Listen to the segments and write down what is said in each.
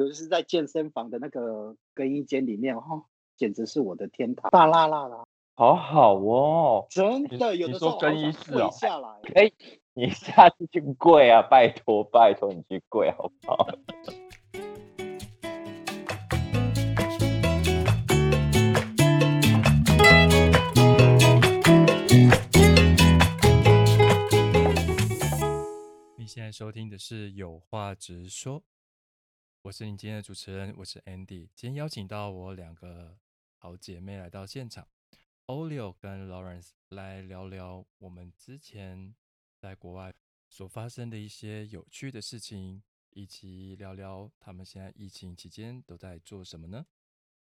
尤其是在健身房的那个更衣间里面，哦，简直是我的天堂，大辣辣啦！好好哦。真你的，有你的时说候更好想衣室跪哦下来，哎、 你下次去跪啊！拜托，拜托你去跪好不好？你现在收听的是《有话直说》，我是你今天的主持人，我是 Andy。今天邀请到我两个好姐妹来到现场，Olio 跟 Lawrence 来聊聊我们之前在国外所发生的一些有趣的事情，以及聊聊他们现在疫情期间都在做什么呢？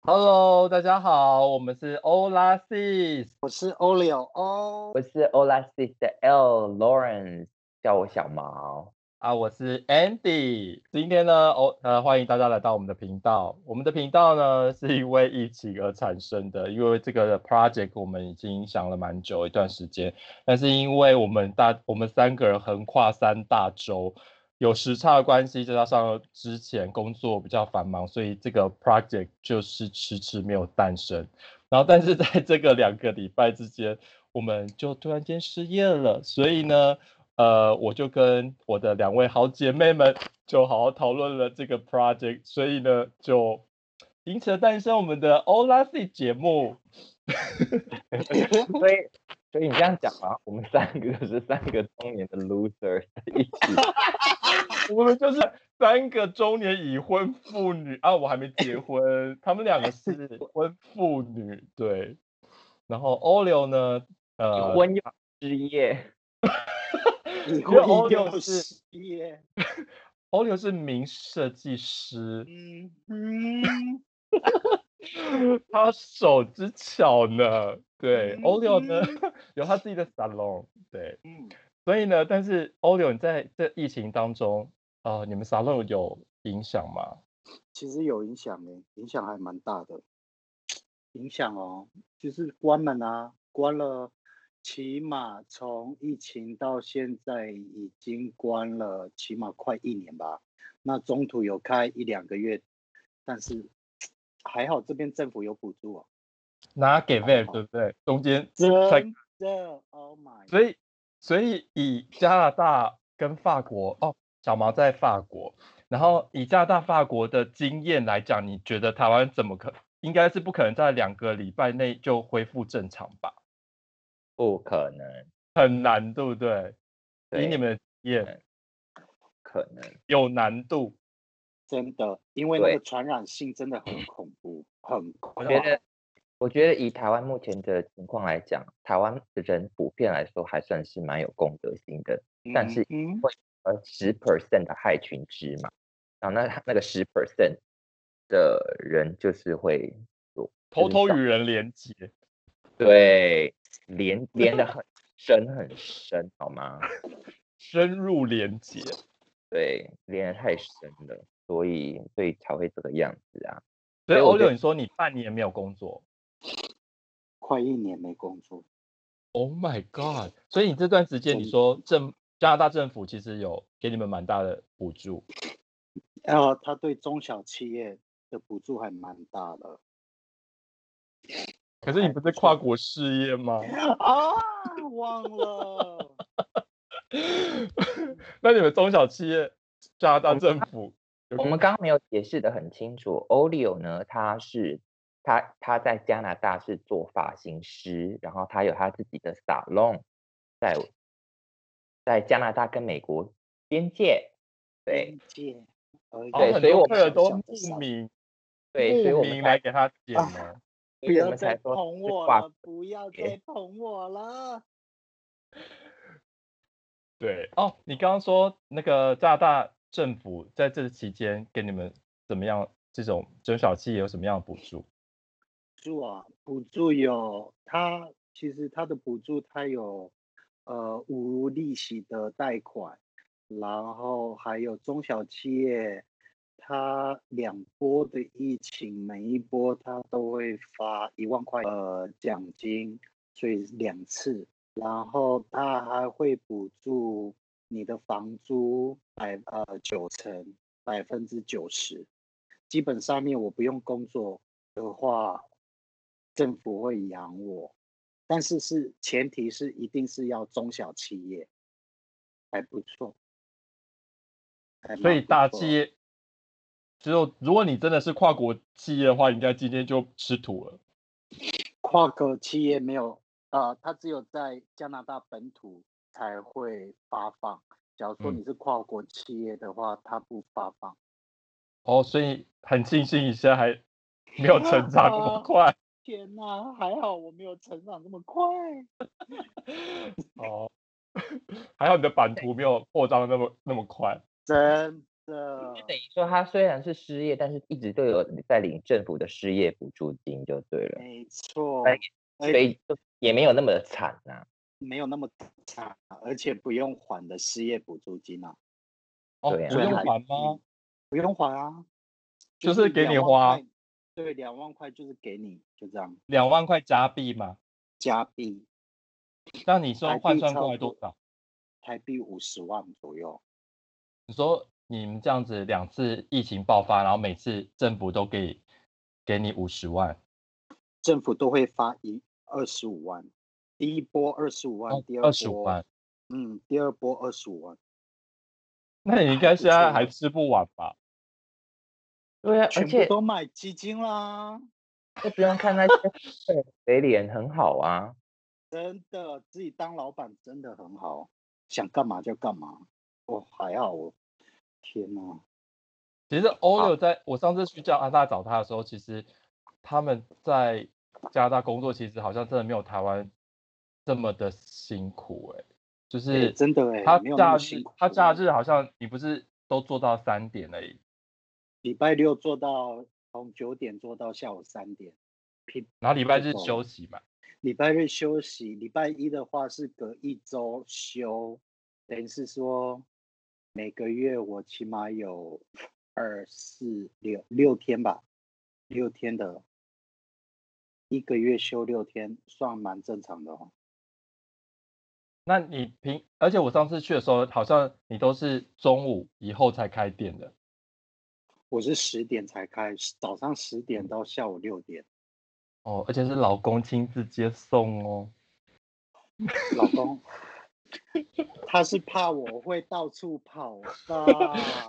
Hello，大家好，我们是 Olasis，我是 Olio 哦，我是 Olasis 的 L Lawrence，叫我小毛。啊，我是 Andy。今天呢，哦，呃，欢迎大家来到我们的频道。我们的频道呢，是因为疫情而产生的，因为这个 project 我们已经想了蛮久一段时间，但是因为我们大我们三个人横跨三大洲，有时差的关系，再加上之前工作比较繁忙，所以这个 project 就是迟迟没有诞生。然后，但是在这个两个礼拜之间，我们就突然间失业了，所以呢，呃，我就跟我的两位好姐妹们就好好讨论了这个 project，所以呢，就因此而诞生我们的 Olasi 节目。所以，所以你这样讲嘛，我们三个就是三个中年的 loser 一起。我们就是三个中年已婚妇女啊，我还没结婚，他们两个是已婚妇女，对。然后欧流呢，呃，婚又失业，你觉得会 Olio 又是失业，欧流是名设计师，嗯嗯，他手之巧呢，对嗯欧流呢 有他自己的 salon，对，嗯所以呢，但是欧流你在这疫情当中，呃，你们 salon 有影响吗？其实有影响诶、欸影响还蛮大的。影响哦，就是关门啊，关了，起码从疫情到现在已经关了起码快一年吧。那中途有开一两个月，但是还好这边政府有补助哦。拿给 v 还 a v 好对不对？中间 真才的，Oh my！所以，所以以加拿大跟法国哦，小毛在法国，然后以加拿大、法国的经验来讲，你觉得台湾怎么可应该是不可能在两个礼拜内就恢复正常吧？不可能，很难，对不对？以对你们的经验可能。有难度，真的，因为那对个传染性真的很恐怖，很我快。觉得，我觉得以台湾目前的情况来讲，台湾的人普遍来说还算是蛮有公德心的，但是嗯呃十 percent 的害群之马，然后那那个十 percent 的人就是会做偷偷就是与人连结。对连连的很深很深，好吗？深入连结，对，连的太深了，所以所以才会这个样子啊。所以以我觉欧六，得你说你半年没有工作快一年没工作。 ，Oh my god！所以你这段时间，你真说政加拿大政府其实有给你们蛮大的补助，呃，他对中小企业的补助还蛮大 的。可是你不是跨国事业吗？ 啊，忘 了，那你们中小企业加拿大政府有我们刚刚没有解释的很清楚，Olio 呢，他是他他在加拿大是做发型师，然后他有他自己的 salon，在在加拿大跟美国边界，对边界而已。哦对很所以多我客人小都小的不小明对，所以不我们明才来给他剪啊吗？所不以我要们再才说捧是我挂了，不要别再捧我了。对哦，你刚刚说那个加拿大政府在这期间给你们怎么样？这种中小企业有什么样的补助？补助啊，补助有它，其实它的补助它有呃无利息的贷款，然后还有中小企业，它两波的疫情，每一波它都会发一万块呃奖金，所以两次，然后它还会补助你的房租百呃九成百分之九十，基本上面我不用工作的话，政府会养我，但是是前提是一定是要中小企业，还不错。还所以蛮不大错企业，只有如果你真的是跨国企业的话，你应该今天就吃土了。跨国企业没有，呃，它只有在加拿大本土才会发放。假如说嗯你是跨国企业的话，它不发放。哦，所以很庆幸一 下还没有成长那么啊 快。天哪，还好我没有成长这么快。哦，还好你的版图没有扩张得那么那么快。真的，等于说他虽然是失业，但是一直都有在领政府的失业补助金就对了，没错，哎哎所以就也没有那么的惨呐、没有那么差，而且不用还的失业补助金啊，哦，对啊不虽然用还还低吗？？不用还啊，就是是给2你万花块。对，两万块就是给你，就这样两万块加币嘛，加币那你说台换币算差过不来多多少？台币五十万左右。你说你们这样子两次疫情爆发，然后每次政府都给给你五十万，政府都会发一二十五万，第一波二十五万，第二哦二十五波万，，嗯，第二波二十五万，那你应该现在错还吃不完吧？对啊，而全部且都买基金啦，就不用看那 些嘴脸，很好啊。真的，自己当老板真的很好，想干嘛就干嘛，哦，还好哦，天哪，其实欧好六在我上次去叫安娜找他的时候，其实他们在加拿大工作，其实好像真的没有台湾这么的辛苦哎、就是哎真的哎他没有那假么日辛苦他假日好像你不是都做到三点而已，礼拜六做到从九点做到下午三点，平然后礼拜日懂休息嘛，礼拜日休息，礼拜一的话是隔一周休，等于是说每个月我起码有二四六六天吧，六天的，一个月休六天，算蛮正常的哦。那你平，而且我上次去的时候，好像你都是中午以后才开店的，我是十点才开，早上十点到下午六点。哦，而且是老公亲自接送哦。老公，他是怕我会到处跑吧？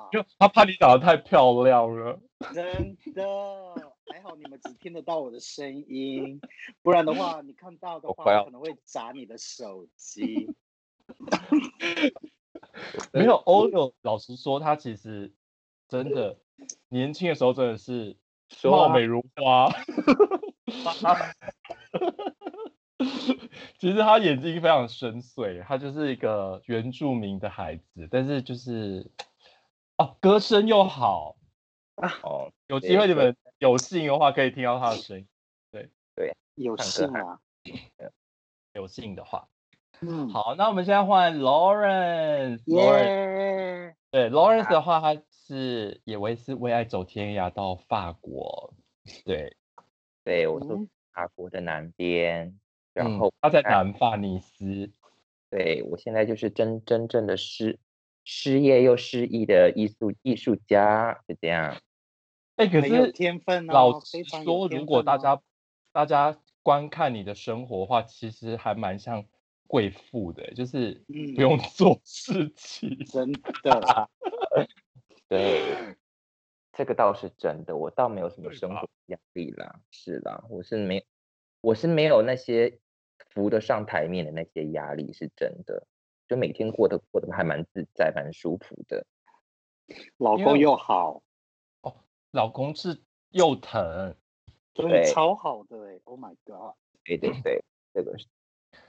就他怕你长得太漂亮了， 真的，还好你们只听得到我的声音，不然的话，你看到的我话，快要我可能会砸你的手机。 没有欧柳。老实说，他其实真的年轻的时候真的是貌啊美如花， 其实他眼睛非常深邃，他就是一个原住民的孩子，但是就是哦，歌声又好，哦，有对机会你对们有幸的话可以听到他的声音，有唱歌幸还啊，有幸的话。嗯，，好，那我们现在换 Lawrence，Lawrence，、耶，对 Lawrence 的话，他是也为是为爱走天涯到法国，对，对，我住嗯法国的南边，然嗯后他在哎南法尼斯，对我现在就是真真正的失失业又失意的艺术艺术家，就这样。哎、可很有是天分啊，老实非常有说，天如果分大啊家、大家观看你的生活的话，其实还蛮像贵妇的，就是嗯不用 做事情。真 的对，这个倒是真的，我倒没有什么对生吧活压力啦，是啦，我是没有，我是没有那些浮得上台面的那些压力，是真的。就每天过得过得还蛮自在，蛮舒服的。老因为公我又好，老公是又疼，所以对超好的哎、o h my god，对对对，这个是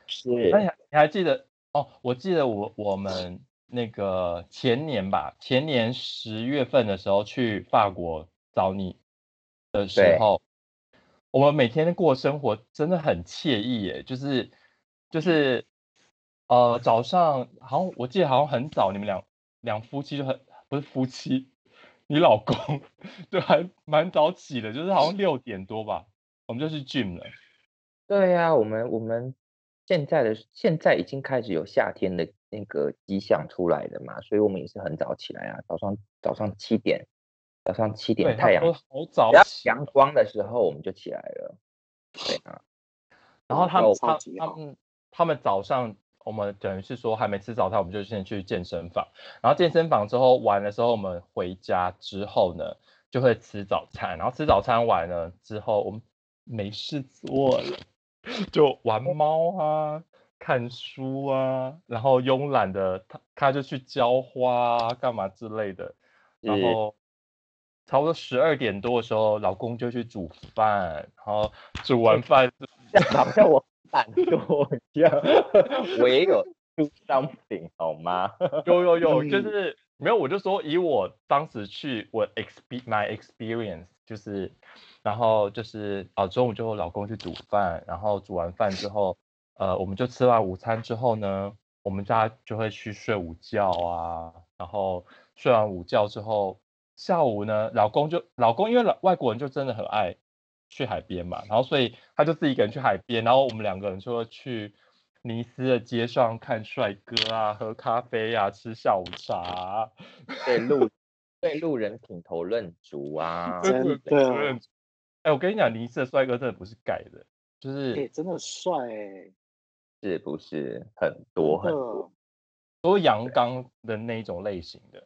是那你还你还记得哦？我记得我我们那个前年吧，前年十月份的时候去法国找你的时对候，我们每天过生活真的很惬意耶，就是就是呃早上好像我记得好像很早，你们两两夫妻就很不是夫妻，你老公对还蛮早起的，就是好像六点多吧，我们就去 gym 了。对呀、我们我们现在的现在已经开始有夏天的那个迹象出来了嘛，所以我们也是很早起来啊，早上早上七点早上七对，点太阳他说好早只要起，阳光的时候我们就起来了。对啊，然后他们超他级他好们他们早上，我们等于是说还没吃早餐，我们就先去健身房。然后健身房之后完的时候，我们回家之后呢，就会吃早餐。然后吃早餐完了之后，我们没事做了， 就玩猫啊。看书啊，然后慵懒的他，他就去浇花啊，干嘛之类的。然是后差不多十二点多的时候，老公就去煮饭，然后煮 完饭这样 好像我懒惰 一样，我也有 do something 好吗？有有有，就嗯是没有，我就说以我当时去我 exp my experience 就是，然后就是啊中午就我老公去煮饭，然后煮完饭之后，呃我们就吃完午餐之后呢，我们家就会去睡午觉啊，然后睡完午觉之后，下午呢老公就老公因为老外国人就真的很爱去海边嘛，然后所以他就自己一个人去海边，然后我们两个人就会去尼斯的街上看帅哥啊，喝咖啡啊，吃下午茶啊、对路对路人品头论足啊，真 对的哎、我跟你讲，尼斯的帅哥真的不是盖的，就是、哎、真的帅哎、是不是很多很真多？的都阳刚的那一种类型的。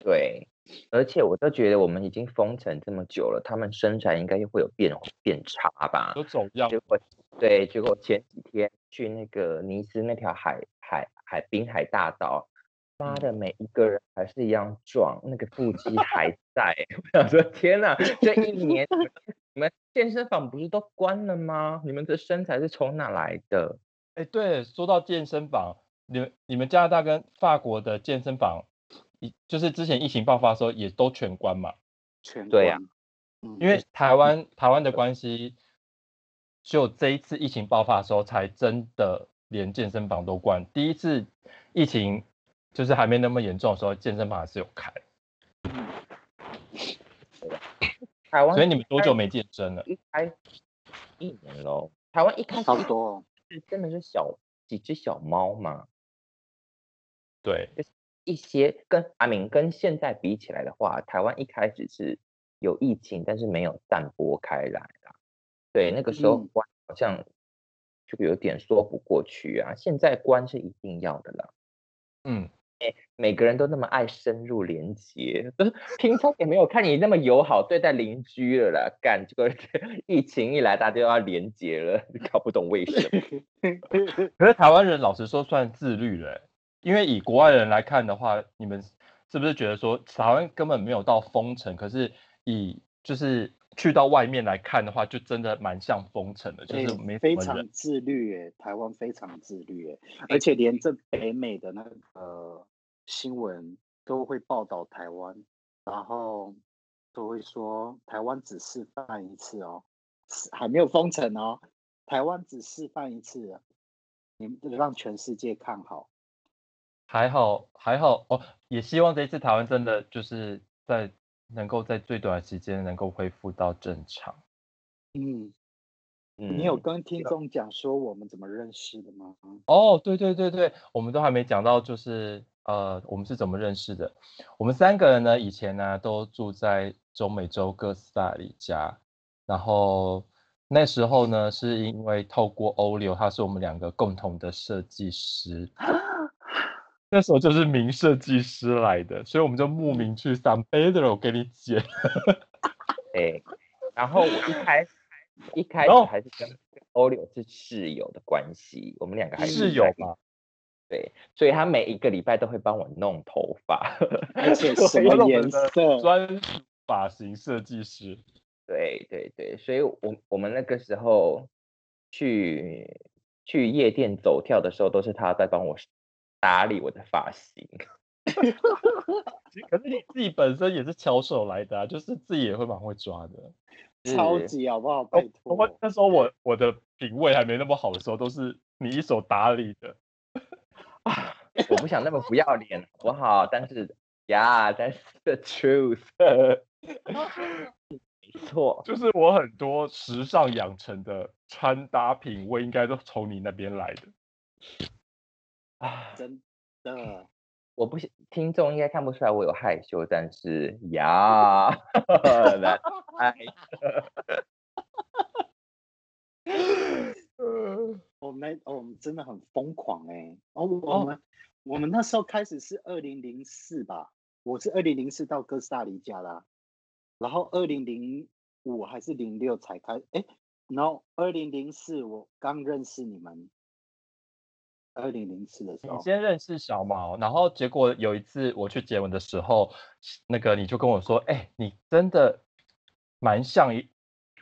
对，而且我都觉得我们已经封城这么久了，他们身材应该会有变变差吧？都走样结果对，结果前几天去那个尼斯那条海海海滨海大道，妈的，每一个人还是一样壮，那个腹肌 还在。 我想说，天哪，这一年你们你们健身房不是都关了吗？你们的身材是从哪来的？哎、对，说到健身房，你们你们加拿大跟法国的健身房，一就是之前疫情爆发的时候也都全关嘛，全对啊关嗯因为台湾台湾的关系，只有这一次疫情爆发的时候，才真的连健身房都关。第一次疫情就是还没那么严重的时候，健身房还是有开。嗯台湾所以你们多久开没健身了？一开一年喽？台湾一开始嗯差一不 多，哦是真的是小几只小猫嘛，对，一些跟阿明跟现在比起来的话，台湾一开始是有疫情，但是没有散播开来啦。对，那个时候嗯关好像就有点说不过去啊。现在关是一定要的啦，嗯，每个人都那么爱深入连结， 就是平常也没有看你那么友好对待邻居了啦。干，这个 疫情一来，大家都要连结了，搞不懂为什么。可是台湾人老实说算自律了欸、因为以国外人来看的话，你们是不是觉得说台湾根本没有到封城？可是以就是去到外面来看的话，就真的蛮像封城的，就是哎没什非么人常。自律诶、台湾非常自律诶、而且连这北美的那个、呃新闻都会报道台湾，然后都会说台湾只示范一次哦，是还没有封城哦，台湾只示范一次，啊你们让全世界看好，还好还好哦，也希望这一次台湾真的就是在能够在最短的时间能够恢复到正常。嗯。嗯你有跟听众讲说我们怎么认识的 吗？哦，对对对对，我们都还没讲到，就是呃，我们是怎么认识的？我们三个人呢，以前呢都住在中美洲哥斯达黎加，然后那时候呢，是因为透过欧流，他是我们两个共同的设计师，那时候就是名设计师来的，所以我们就慕名去 San Pedro 给你剪。对，然后我一开始一开然始后还是跟跟欧柳是室友的关系，我们两个还是室友在一嘛，对，所以他每一个礼拜都会帮我弄头发， 而且什我么们颜的色？专属发型设计师。对对对，所以我我们那个时候去去夜店走跳的时候，都是他在帮我打理我的发型， 嗯可是你自己本身也是巧手来的啊，就是自己也会蛮会抓的。超是级好不好？拜哦我托，我那时候我我的品味还没那么好的时候，都是你一手打理的。我不想那么不要脸，好不好？但是呀，但是 the truth，没错， 就是我很多时尚养成的穿搭品味，应该都从你那边来的。啊， 真的，我不是听众应该看不出来我有害羞，但 是呀，来，哎，呃我们哦我们真的很疯狂哎、哦，我们、我们那时候开始是二零零四吧，我是二零零四到哥斯达黎加啦，然后二零零五还是零六才开，哎，然后二零零四我刚认识你们，二零零四的时哦你候，先认识小毛，然后结果有一次我去接吻的时候，那个你就跟我说：“哎、你真的蛮像一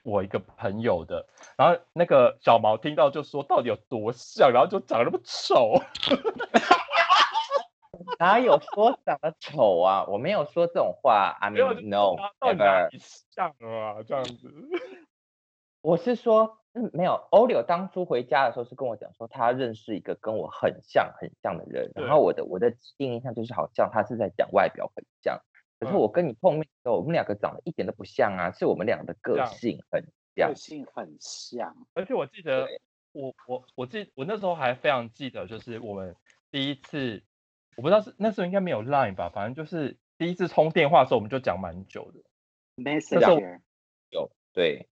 我一个朋友的。”然后那个小毛听到就说：“到底有多像？”然后就长得那么丑。哪有说长得丑啊？我没有说这种话，I 没有就 mean 嗯 no 到底哪 never。里像啊？这样子， 我是说，嗯，没有。欧柳当初回家的时候是跟我讲说，他认识一个跟我很像很像的人，对然后我的我的既定印象就是好像他是在讲外表很像，可是嗯我跟你碰面的时候，我们两个长得一点都不像啊，是我们俩的个像性很像个。性很像，而且我记得我我我记我那时候还非常记得，就是我们第一次，我不知道是那时候应该没有 Line 吧，反正就是第一次通电话的时候，我们就讲蛮久的。 Messenger 对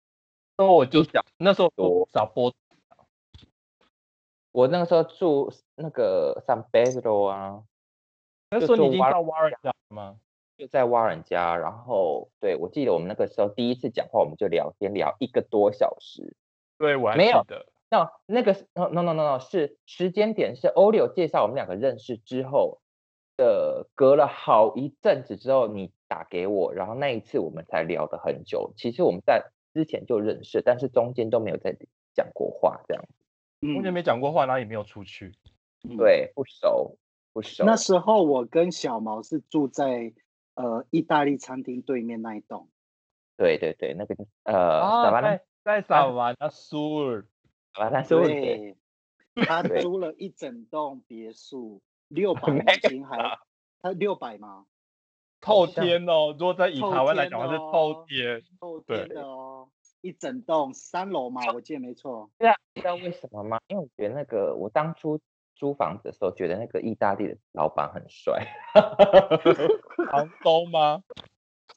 那时候我就想，那时候多我找波我那个时候住那个 San Pedro 啊，那就时候你做已经蛙到瓦尔加了吗？就在蛙人家，然后对我记得我们那个时候第一次讲话，我们就聊天聊一个多小时。对，我还没记有得。那那个是 no no no no no 是时间点是欧柳介绍我们两个认识之后的，隔了好一阵子之后你打给我，然后那一次我们才聊得很久。其实我们在之前就认识，但是中间都没有再讲过话，这样嗯，中间没讲过话，然后也没有出去。嗯。对不熟不熟。那时候我跟小毛是住在呃意大利餐厅对面那一栋，对对对，那个就是呃，哦萨啊，瓦拉在在萨瓦那苏尔，萨瓦拉苏里的对，他对租了一整栋别墅， 六百没啊美金还，他六百吗？透像天哦。如果在以透台湾来讲，天它是哦透天。 后对天的哦，一整栋三楼嘛，我记得没错。对啊，你知道为什么吗？因为我觉得那个我当初租房子的时候，觉得那个意大利的老板很帅， 房东吗？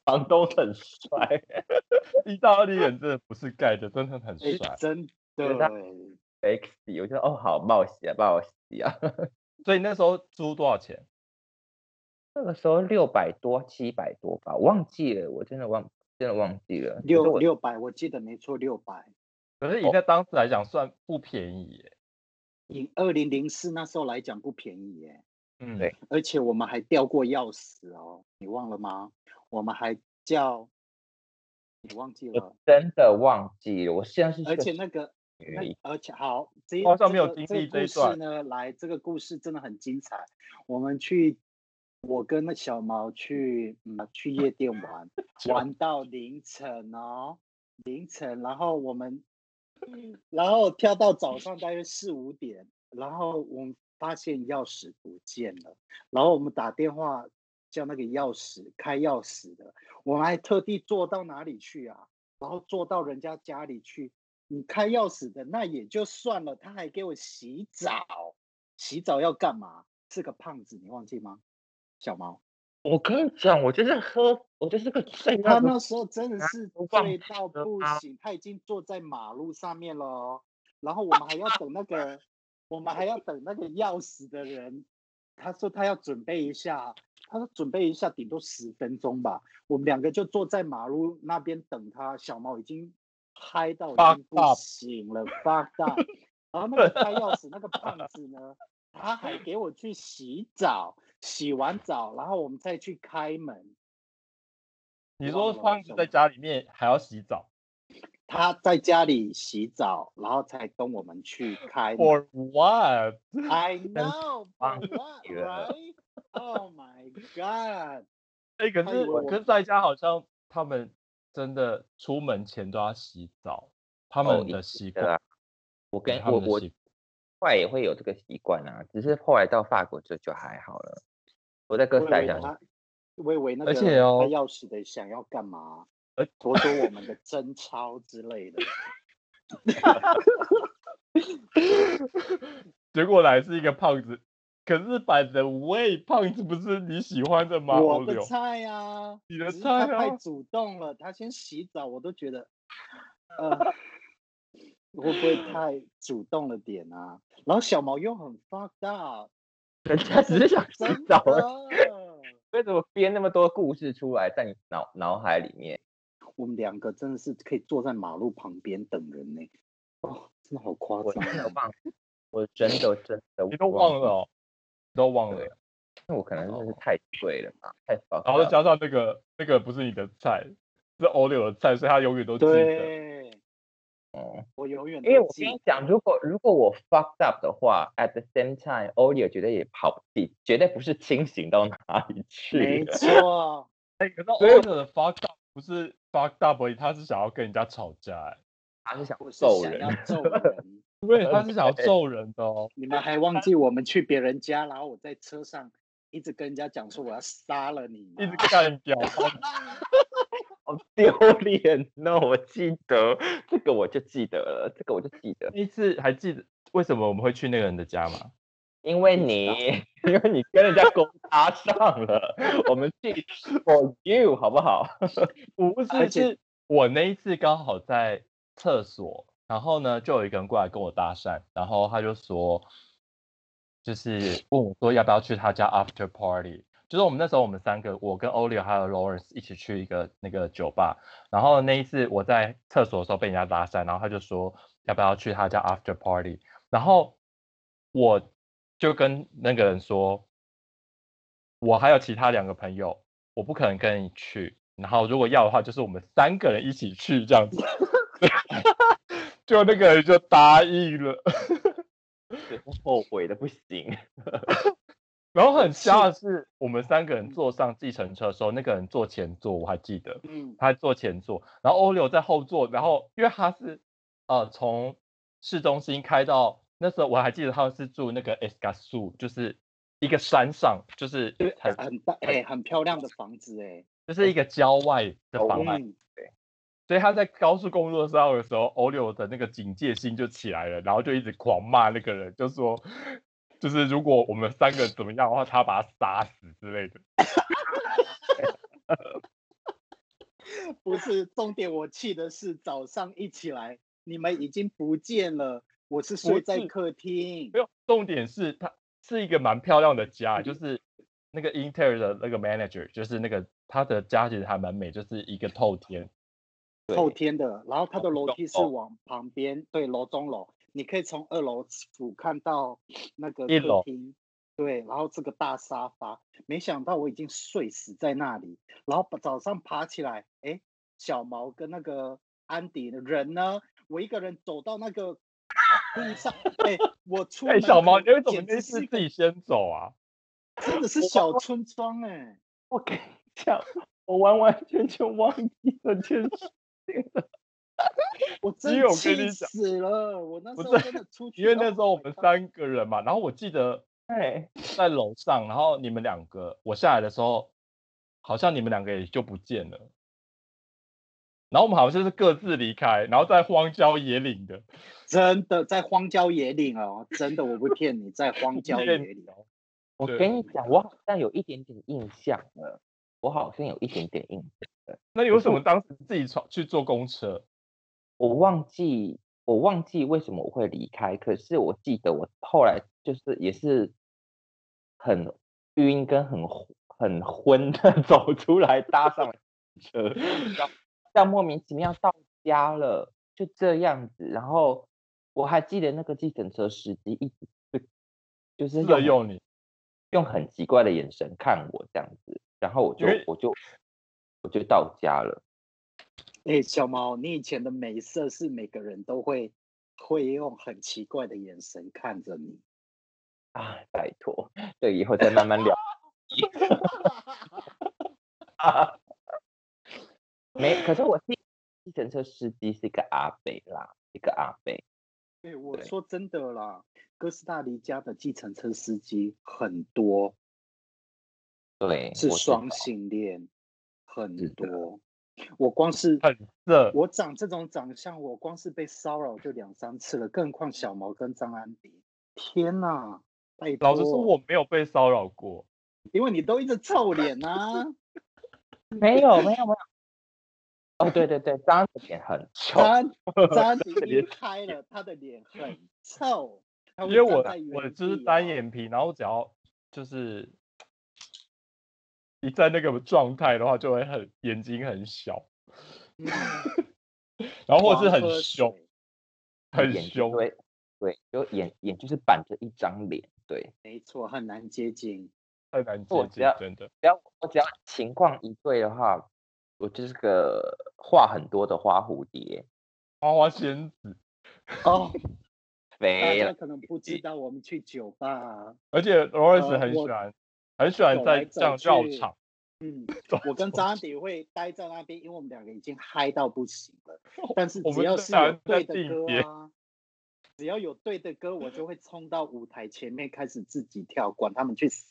房东很帅。 意大利人真的不是盖的，真的很哎帅，。真的啊对他欸 X，我觉得哦，好冒险啊，冒险啊！ 所以那时候租多少钱？那个时候六百多、七百多吧，我忘记了，我真的忘，真的忘记了。可是六我六百，我记得没错，六百。可是以哦在当时来讲算不便宜耶。以二零零四那时候来讲不便宜耶，嗯，对而且我们还掉过钥匙哦，你忘了吗？我们还叫，你忘记了？真的忘记了，我现在是而个且那个女那力，而且好，这我好像这没有个经这个历这一故事段呢。来，这个故事真的很精彩。我们去，我跟那小毛去，嗯，去夜店 玩，玩到凌晨哦，凌晨。然后我们，然后跳到早上大约四五点，然后我们发现钥匙不见了，然后我们打电话叫那个钥匙开钥匙的，我们还特地坐到哪里去啊？然后坐到人家家里去，你开钥匙的那也就算了，他还给我洗澡，洗澡要干嘛？是个胖子，你忘记吗？小毛，我跟你讲，我就是喝，我就是个醉他到不那时候真的啊是不放醉屁啊到了不吗行，他已经坐在马路上面了哦，然后我啊们还要等那个，我们还要等那个钥匙的人，他说他要准备一下，他说准备一下，顶多十分钟吧。我们两个就坐在马路那边等他。小毛已经嗨到已 Fucked 经不 up 行了，发 大。然后那个开钥匙那个胖子呢，他还给我去洗澡，洗完澡然后我们再去开门。你我说忘了胖子什在么家里面还要洗澡他在家里洗澡，然后才跟我们去 开门。 ，For what？ I know, 忘 but what, 记了 right? Oh my god！哎、可他是以为我可是在家好像他们真的出门前都要洗澡，他哦们一的定习的惯、啊我对跟他我们的我习后来也会有这个习惯啊，只是后来到法国这就还好了。我在哥我斯以为达黎加他，我以为那而个且开哦钥匙的想要干嘛而？夺走我们的贞操之类 的。结果来是一个胖子可是板的喂胖子不是你喜欢的吗？哦我欧的柳，菜啊，你的只是他菜啊太主动了，他先洗澡，我都觉得，呃， 会不会太主动了点啊？然后小毛又很 fucked up，人 家只是想洗真澡的，而已，为什么编那么多故事出来在你脑脑海里面？我们两个真的是可以坐在马路旁边等人呢、哦，真的好夸我张真啊、的忘，我真的真的你都忘了了，哦，你都忘了对。啊因为我可能真的是哦太醉了嘛，太爆然后再加上那个那个不是你的菜，是欧柳的菜，所以他永远都记得。对，哦。我永远因为都我记跟你得讲，如果如果我 fucked up 的话，at the same time，欧丽绝对也跑不掉，绝对不是清醒到哪里去没的。错，哎、可是所以欧柳的 fuck up 不是 fuck up 而已，他是想要跟人家吵架、 哎，他是想我是揍想人要， 揍人。对，他是想要揍人的哦。你们还忘记我们去别人家，然后我在车上一直跟人家讲说我要杀了你吗，一直干掉，好丢脸哦！我记得这个，我就记得了，这个我就记得，那一次还记得为什么我们会去那个人的家吗？因为不知你道， 因为你跟人家勾搭上了，我们去 for you 好不好？不是，而且是我那一次刚好在厕所，然后呢，就有一个人过来跟我搭讪，然后他就说，就是问我说要不要去他家 after party。就是我们那时候我们三个，我跟 Olio 还有 Lawrence 一起去一个那个酒吧，然后那一次我在厕所的时候被人家搭讪，然后他就说要不要去他家 after party，然后我就跟那个人说，我还有其他两个朋友，我不可能跟你去。然后如果要的话，就是我们三个人一起去这样子。 就那个人就答应了， 对 后悔的不行，然后很瞎的是，我们三个人坐上计程车的时候，那个人坐前座，我还记得，嗯，他坐前座，然后欧柳在后座，然后因为他是呃从市中心开到那时候我还记得他是住那个 e s c a s u 就是一个山上，就是对，很很大，哎、很漂亮的房子、 哎，就是一个郊外的郊房子外，嗯，所以他在高速公路上的时候，欧柳的那个警戒心就起来了，然后就一直狂骂那个人，就说，就是如果我们三个怎么样的话，他把他杀死之类的。不是重点，我气的是早上一起来，你们已经不见了，我是睡在是客厅没，有，重点是他是一个蛮漂亮的家，就是那个 Inter 的那个 manager，就是那个他的家其实还蛮美，就是一个透天。透天的，然后它的楼梯是中楼往旁边，对，楼中楼，你可以从二楼俯瞰到那个一客楼厅，对，然后这个大沙发，没想到我已经睡死在那里，然后早上爬起来，哎，小毛跟那个安迪的人呢，我一个人走到那个路上，哎，我出哎、门小口毛，你为什么简那直次是一自个己先走啊？真的是 小村庄哎、 我跟你讲，我完完全全忘记这件事。我因真为我跟气你讲死了，哎我那不时是候真的出去，因为 oh 那时候我 my 们 God 三个人嘛，然后我记得对，在楼上，然后你们两个，我下来的时候，好像你们两个也就不见了。然后我们好像就是各自离开，然后在荒郊野岭的，真的在荒郊野岭哦，真的我不骗你，在荒郊野岭哦。我对跟你讲，我好像有一点点印象了，我好像有一点点印象，那你为什么当时自己闯去坐公车？我忘记我忘记为什么我会离开，可是我记得我后来就是也是很晕跟很昏很昏的 走出来，搭上了车，然后这样莫名其妙到家了，就这样子。然后我还记得那个计程车司机一直就就是是的用用你，用很奇怪的眼神看我这样子，然后我就因为我就我就到家了。哎、小毛，你以前的美色是每个人都会会用很奇怪的眼神看着你。啊，拜托，这以后再慢慢聊 啊。没，可是我计计程车司机是一个阿北啦，一个阿北，哎、我对说真的啦，哥斯达黎加的计程车司机很多对，是嗯我知双道性恋，很是的多。我光是很色，我长这种长相，我光是被骚扰就两三次了，更何况小毛跟张安迪。天哪！拜托。老实说，我没有被骚扰过。 因为你都一直臭脸呐、 没有没有没有。哦，对对对，张子脸很臭，啊， 渣渣子脸离开了，他的脸很臭。他因会为我站在原我就是地单哦眼皮，然后只要就是一在那个状态的话，就会很眼睛很小，嗯然后或是狂喝很凶水，很眼睛凶。对对，就眼眼就是板着一张脸，对。没错，很难接近。太难我接只近要，真的。只要我只要情况一对的话，我就是个话很多的花蝴蝶，花花仙子，哦， 大飞家了。可能不知道，我们去酒吧、啊，而且罗瑞斯呃很喜我欢，很喜欢走在来这样走绕去场。 嗯，走我跟走张迪会待在那边，因为我们两个已经嗨到不行 了。但是我只们要在是哪有在对的地歌铁啊，只要有对的歌，我就会冲到舞台前面开始自己跳，管他们去死。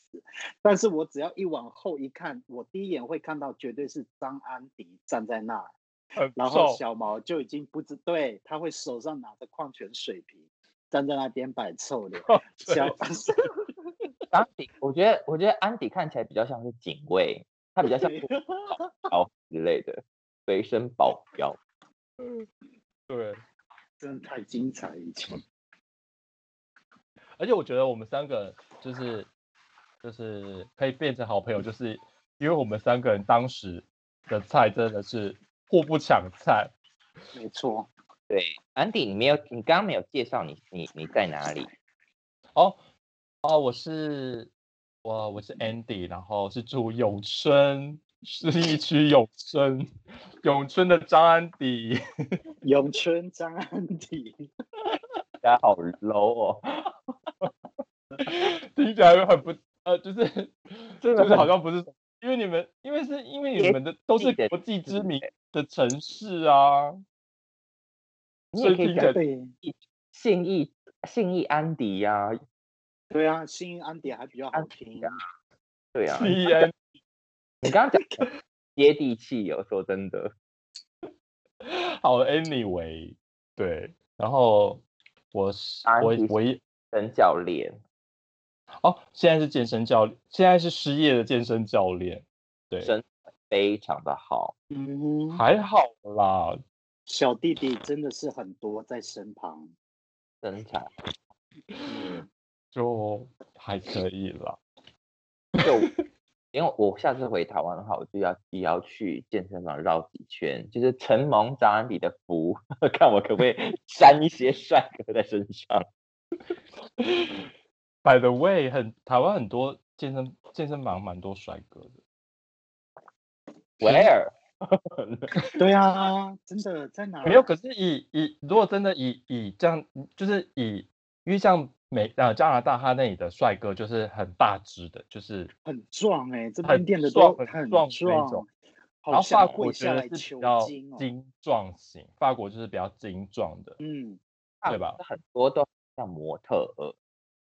但是我只要一往后一看，我第一眼会看到绝对是张安迪站在那儿，很然后瘦，小毛就已经不知对，他会手上拿着矿泉水瓶站在那边摆臭脸，哦小 安迪，我觉得我觉得安迪看起来比较像是警卫，他比较像不保之类的随身保镖。对。 真的太精彩了，以前而且我觉得我们三个就是就是可以变成好朋友，就是因为我们三个人当时的菜真的是互不抢菜。没错，对，安迪，你没有，你刚刚没有介绍你你你在哪里？哦哦，我是我我是 Andy，然后是住永春市一区永春，永春的张安迪。 咏春张安迪。大家好 low 哦， 听起来很不呃，就是真 就是好像不是，因为你们因为是因为你也们的都是记得国际知是名的城市啊，你所也可以以听起讲来对信义信义安迪呀、对啊，新安迪还比较好安迪听啊。对呀、吸烟你刚刚讲得很接地气哦，说真的， 好 anyway 对，然后我是安我迪我一陈教练，哦，现在是健身教练，现在是失业的健身教练，对，身材非常的好，嗯哼，还好啦，小弟弟真的是很多在身旁。嗯身材 就还可以啦。就因为我下次回台湾的话，我就要也要去健身房绕几圈，就是承蒙张安迪的福， 看我可不可以沾一些帅哥在身 上。 By the way，很台湾很多健身健身房蛮多帅哥的。 Where？对啊，真的在哪？没有，可是以以如果真的以以这样，就是以因为像美呃加拿大，他那里的帅哥就是很大只的，就是很壮哎、这很边店的壮都很很壮壮，的那种好然后法想国跪我觉下得来是比求较经哦。精壮型，法国就是比较精壮的，嗯对吧？啊很多都像模特儿，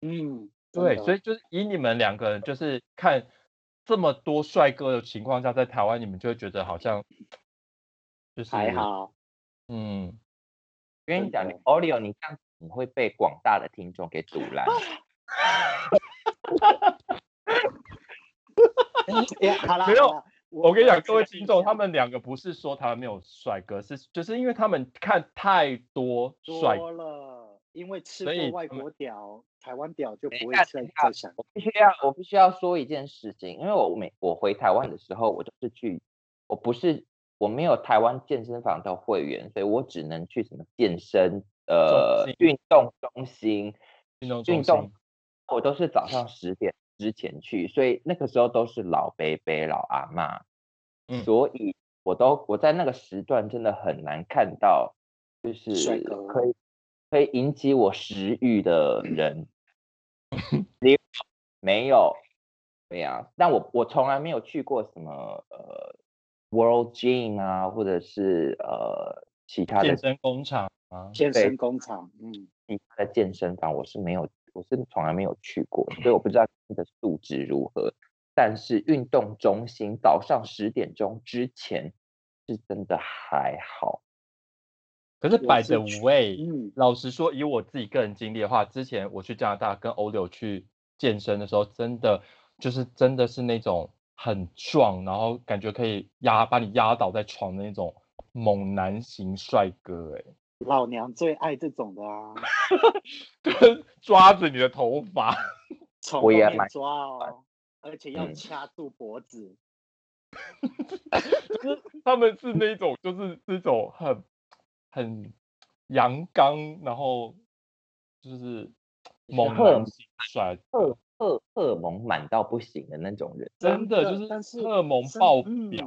嗯，对，所以以就是以你们两个人就是看这么多帅哥的情况下，在台湾你们就会觉得好像就是还，好。 嗯，我跟真你讲，你的 Oreo，你这样子你会被广大的听众给阻拦。哦哎、好啦，没有好啦，我我跟你讲，各位要听众，他讲们两个不是说台湾没有帅哥，是就是因为他们看太多帅哥多了，因为吃所以过外他们国屌，台湾屌就等一不会下再等一下再想。我必须要，我必须要说一件事情，因为我每我回台湾的时候，我就是去，我不是我没有台湾健身房的会员，所以我只能去什么健身呃心运动中心，运动中运心动，我都是早上十点之前去，所以那个时候都是老伯伯、老阿嬷，嗯所以我都我在那个时段真的很难看到，就是帅哥可以可以引起我食欲的 人，你没有，对呀、但我我从来没有去过什么呃 World Gym 啊，或者是呃其他的健身工厂啊，健对身工厂，嗯，其他的健身房我是没有，我是从来没有去过，所以我不知道它的素质如何。但是运动中心早上十点钟之前是真的还好，可是我摆是着去位。嗯，老实说，以我自己个人经历的话，之前我去加拿大跟欧柳去健身的时候，真的就是真的是那种很壮，然后感觉可以压把你压倒在床的那种猛男型帅哥、欸， 老娘最爱这种的 啊，跟抓着你的头发，从后我也面蛮抓哦，而且要嗯掐住脖子，他们是那种就是那种很很阳刚，然后就是猛荷尔男型帅哥，荷荷荷尔蒙满到不行的那种人，真的的但就是是荷尔蒙真爆嗯表，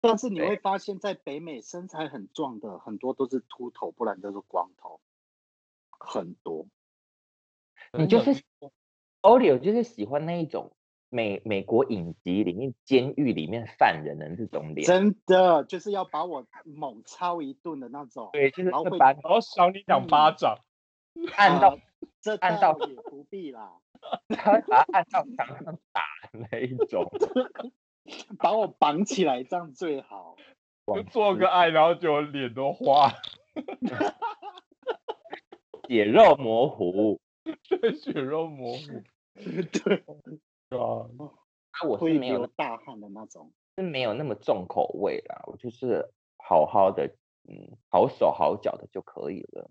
但是你对会发现在北美身材很壮的很多都是秃头，不然都是光头，很多。你真就的是 Oreo 就是喜欢那一种美美国影集里面监狱里面犯人的这种脸，真的就是要把我猛操一顿的那种。对，就是然后会会把你然后赏你两巴掌，按到呃这按倒到也不必啦，他会把他按到墙上打的那一种，把我绑起来这样最 好。 就做个爱，然后就脸都花， 血肉模糊。血肉模糊，对， 对吧？啊，我会是没有流大汗的那种。是没有那么重口味啦，我就是好好的，嗯，好手好脚的就可以了。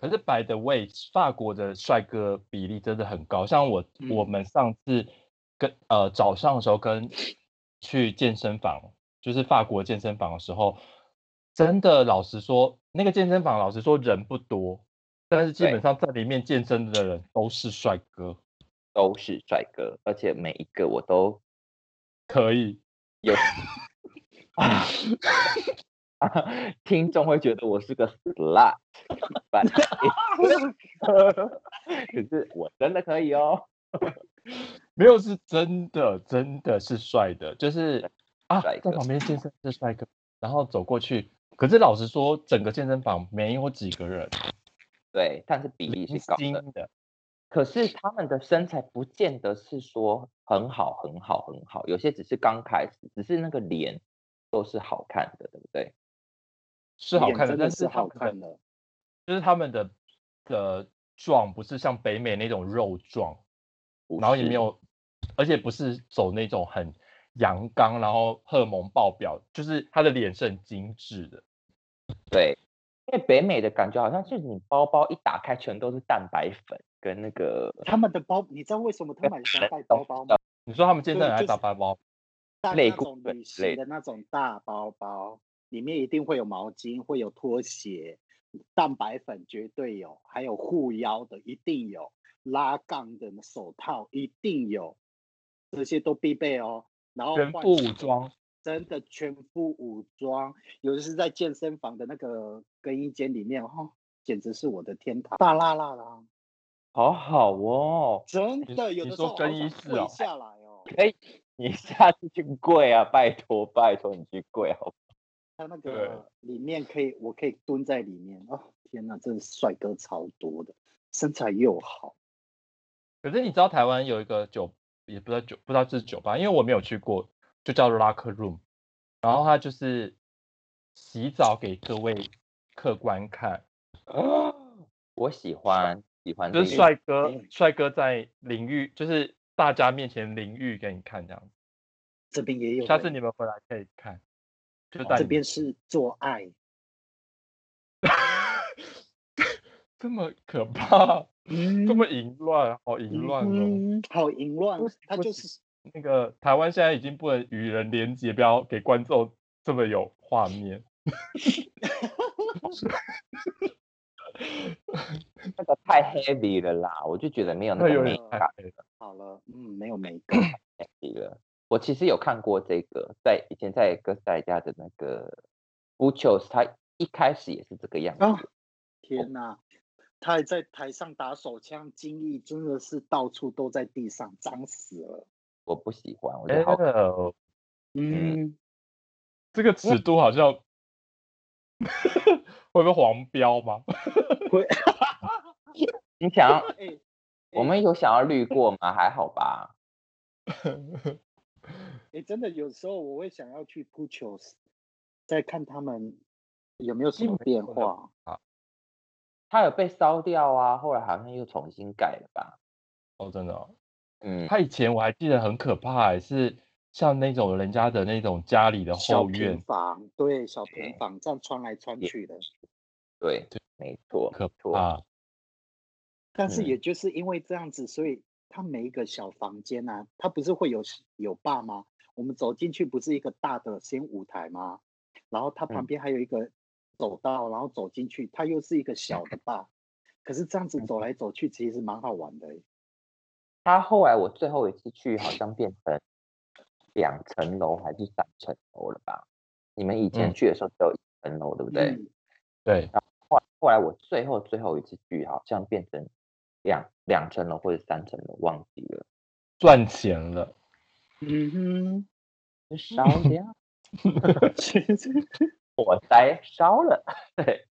可是 by the way，法国的帅哥比例真的很高。像我、我嗯们上次跟呃早上的时候跟去健身房，就是法国健身房的时候，真的老实说，那个健身房老实说人不多，但是基对本上在里面健身的人都是帅哥，都是帅哥，而且每一个我都 可以。有啊。听众会觉得我是个 slut，but it's- 可是我真的可以哦。没有是真的，真的是帅的，就是啊，帅在哥旁边健身是帅哥，然后走过去。可是老实说，整个健身房没有几个人，对，但是比例零是高星的。的，可是他们的身材不见得是说很好、很好、很好，有些只是刚开始，只是那个脸都是好看的，对不对？是好脸看的，真的但是他好们的看的。就是他们的的壮不是像北美那种肉壮，不然后也是没有，而且不是走那种很阳刚，然后荷尔蒙爆表，就是他的脸是很精致的。对，因为北美的感觉好像是你包包一打开全都是蛋白粉跟那个他们的包，你知道为什么他们喜欢带包包吗？你说他们健身对人爱就打是包包，带内那裤种之旅行类的那种大包包，里面一定会有毛巾，会有拖鞋，蛋白粉绝对有，还有护腰的一定有，拉杠的手套一定有，这些都必备哦。然后全换副武装，真的全副武装，尤其是在健身房的那个更衣间里面，哦，简直是我的天堂，大辣辣啦！好好哦，真你的，有你的时说候好更衣想室跪哦下来哦，可以，你下次去跪啊，拜托拜托你去跪好不好，它那对个里面可以，我可以蹲在里面。哦，天哪，真的帅哥超多的，身材又好。可是你知道台湾有一个酒，也不知道酒，不知道是酒吧，因为我没有去过，就叫 Lock Room，然后它就是洗澡给各位客官看，我喜欢喜欢这就是个帅哥嗯帅哥在淋浴，就是大家面前淋浴给你看这样子。这边也有欸，下次你们回来可以看，就带哦这你边是做爱，这么可怕，嗯这么淫乱，好淫乱哦。嗯，好淫乱不行，他不就是那个台湾现在已经不能与人连结，不要给观众这么有画面。那个太 heavy 了啦，我就觉得没有那那个有美点那太感黑了好了，嗯，没有美 感， heavy 了。我其实有看过这个，在以前在哥斯达黎加的那个 Buchos，他一开始也是这个样子。哦啊！天哪，他还在台上打手枪，精力真的是到处都在地上，脏死了。我不喜欢，我觉哎得好呦，嗯，这个尺度好像 会不会黄标 吗？会，你想 要， 哎我们有想要滤过吗？还好吧。哎，真的有时候我会想要去 p u c h o s 再看他们有没有什基么本变上化。它有被烧掉啊，后来好像又重新盖了吧？哦，真的哦，嗯，他以前我还记得很可怕、欸，是像那种人家的那种家里的小后平院，房，对，小平对房这样穿来穿也去的。对，没错，可没错，怕。但是嗯也就是因为这样子，所以他每一个小房间啊，他不是会有有爸吗？我们走进去不是一个大的先舞台吗？然后它嗯旁边还有一个走道，然后走进去，它又是一个小的坝。可是这样嗯子走来走去，其实蛮好玩的欸。他后来我最后一次去，好像变成两层楼还是三层楼了吧？你们以前嗯去的时候只有一层楼，对不对？嗯，对，后来后来我最后最后一次去，好像变成两两层楼或者三层楼，忘记了。赚钱了， 嗯哼， 烧掉其实火灾烧了，对，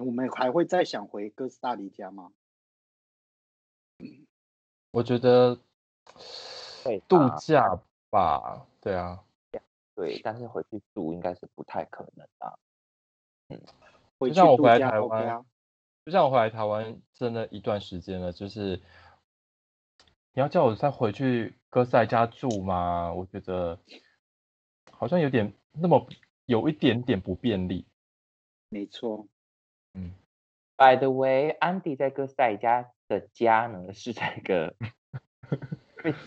我们还会再想回哥斯达黎加吗？我觉得会度吧假吧，对啊，啊对，但是回去住应该是不太可能啊啦。回去就像我度回来假台 OK 啊，就像我回来台湾真的一段时间了，就是你要叫我再回去哥斯达黎加住吗？我觉得好像有点那么有一点点不便利。没错。 By the way，安迪在哥斯达黎加的家呢是在一 个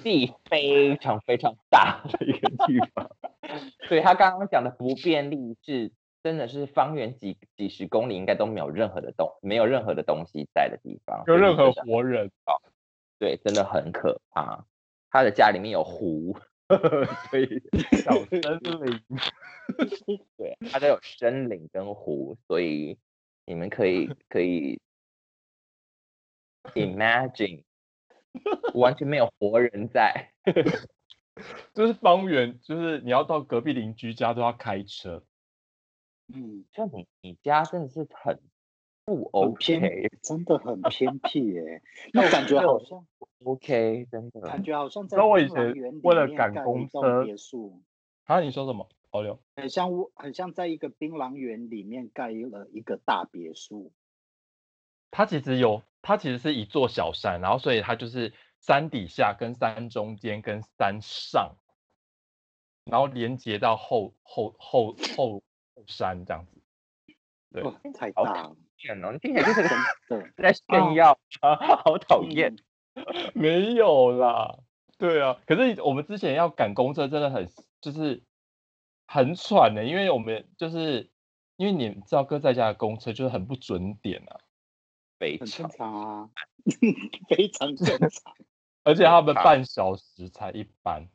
地非常非常大的一个地方， 所以他刚刚讲的不便利是真的是方圆几几十公里应该都没有任何的东没有任何的东西在的地方，所有以任何真的活人， 对真的很可怕。他的家里面有湖，所以小 森林，对，嗯它都有森林跟湖，所以你们 可以可以 imagine 完全没有活人在，就是方圆，就是你要到隔壁邻居家都要开车，嗯，就你你家真的是很不很偏 OK 真的很偏僻 耶、那感觉好像， OK，真的感觉好像在嗯那我以怦然前园里为了面赶盖了一公栋车别墅，啊，你说什么？哦六，很像我，很像在一个槟榔园里面盖了一个大别墅。它其实有，它其实是一座小山，然后所以它就是山底下跟山中间跟山上，然后连接到后后后后后山这样子。对哇， 太好大了，天哦，你听起来就是个真的。在哦炫耀啊，好讨厌 嗯。没有啦，对啊，可是我们之前要赶公车真的很就是很喘的、因为我们就是因为你知道哥在家的公车就是很不准点啊，非很正常。常啊， 非常正常。而且他们好半小时才一班，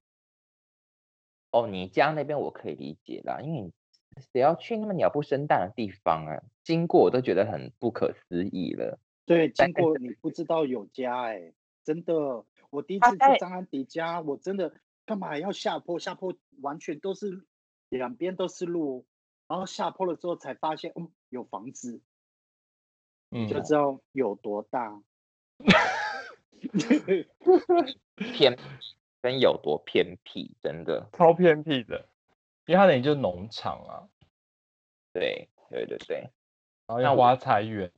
哦，你家那边我可以理解啦，因为你谁要去那么鸟不生蛋的地方啊？经过我都觉得很不可思议了。对，但经过你不知道有家哎、真的，我第一他次在去张安迪家，我真的干嘛要下坡？下坡完全都是两边都是路，然后下坡了之后才发现，嗯，有房子，嗯，就知道有多大。 偏僻跟有多偏僻，真的，超偏僻的，因为他那里就是农场啊，对对对对，然后那又我花菜园，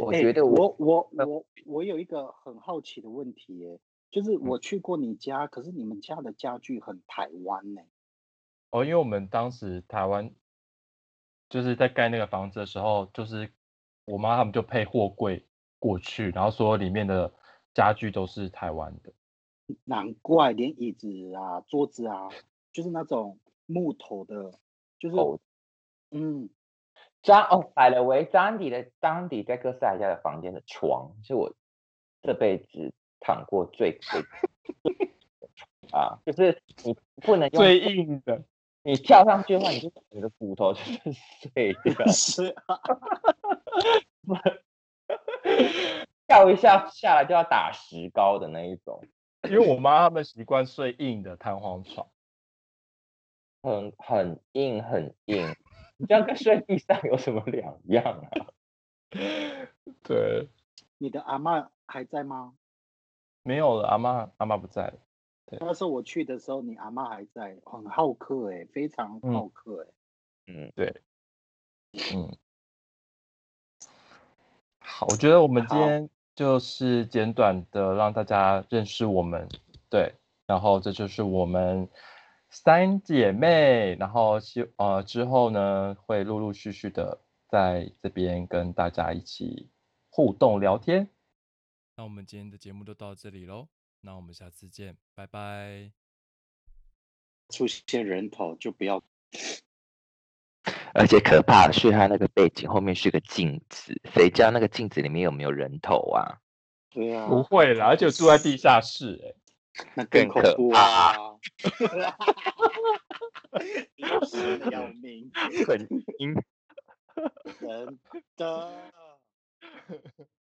我哎觉得我我我那我我有一个很好奇的问题耶，就是我去过你家，可是你们家的家具很台湾呢。哦，因为我们当时台湾就是在盖那个房子的时候，就是我妈他们就配货柜过去，然后所有里面的家具都是台湾的。难怪连椅子啊、桌子啊，就是那种木头的，就是哦嗯，，张哦，by the way，张迪的张迪在哥斯达黎加的房间的床是我这辈子躺过最最啊，就是你不能用最硬的，你跳上去的话，你就你的骨头就是碎掉 是啊，跳一下下来就要打石膏的那一种，因为我妈他们习惯睡硬的弹簧床，很很硬很硬，你这样跟睡地上有什么两样啊？对，你的阿嬷还在吗？没有了，阿妈阿妈不在了，那时候我去的时候，你阿嬷还在，很好客哎、非常嗯好客哎、嗯，嗯，好，我觉得我们今好天就是简短的让大家认识我们，对，然后这就是我们三姐妹，然后希呃之后呢会陆陆续续的在这边跟大家一起互动聊天，那我们今天的节目就到这里喽，那我们下次见，拜拜。出现人头就不要而且可怕的是，它那个背景后面是个镜子，谁知道那个镜子里面有没有人头 啊？ 对啊，不会啦，而且我住在地下室、欸，那更更恐可怖啊！ 要命！很阴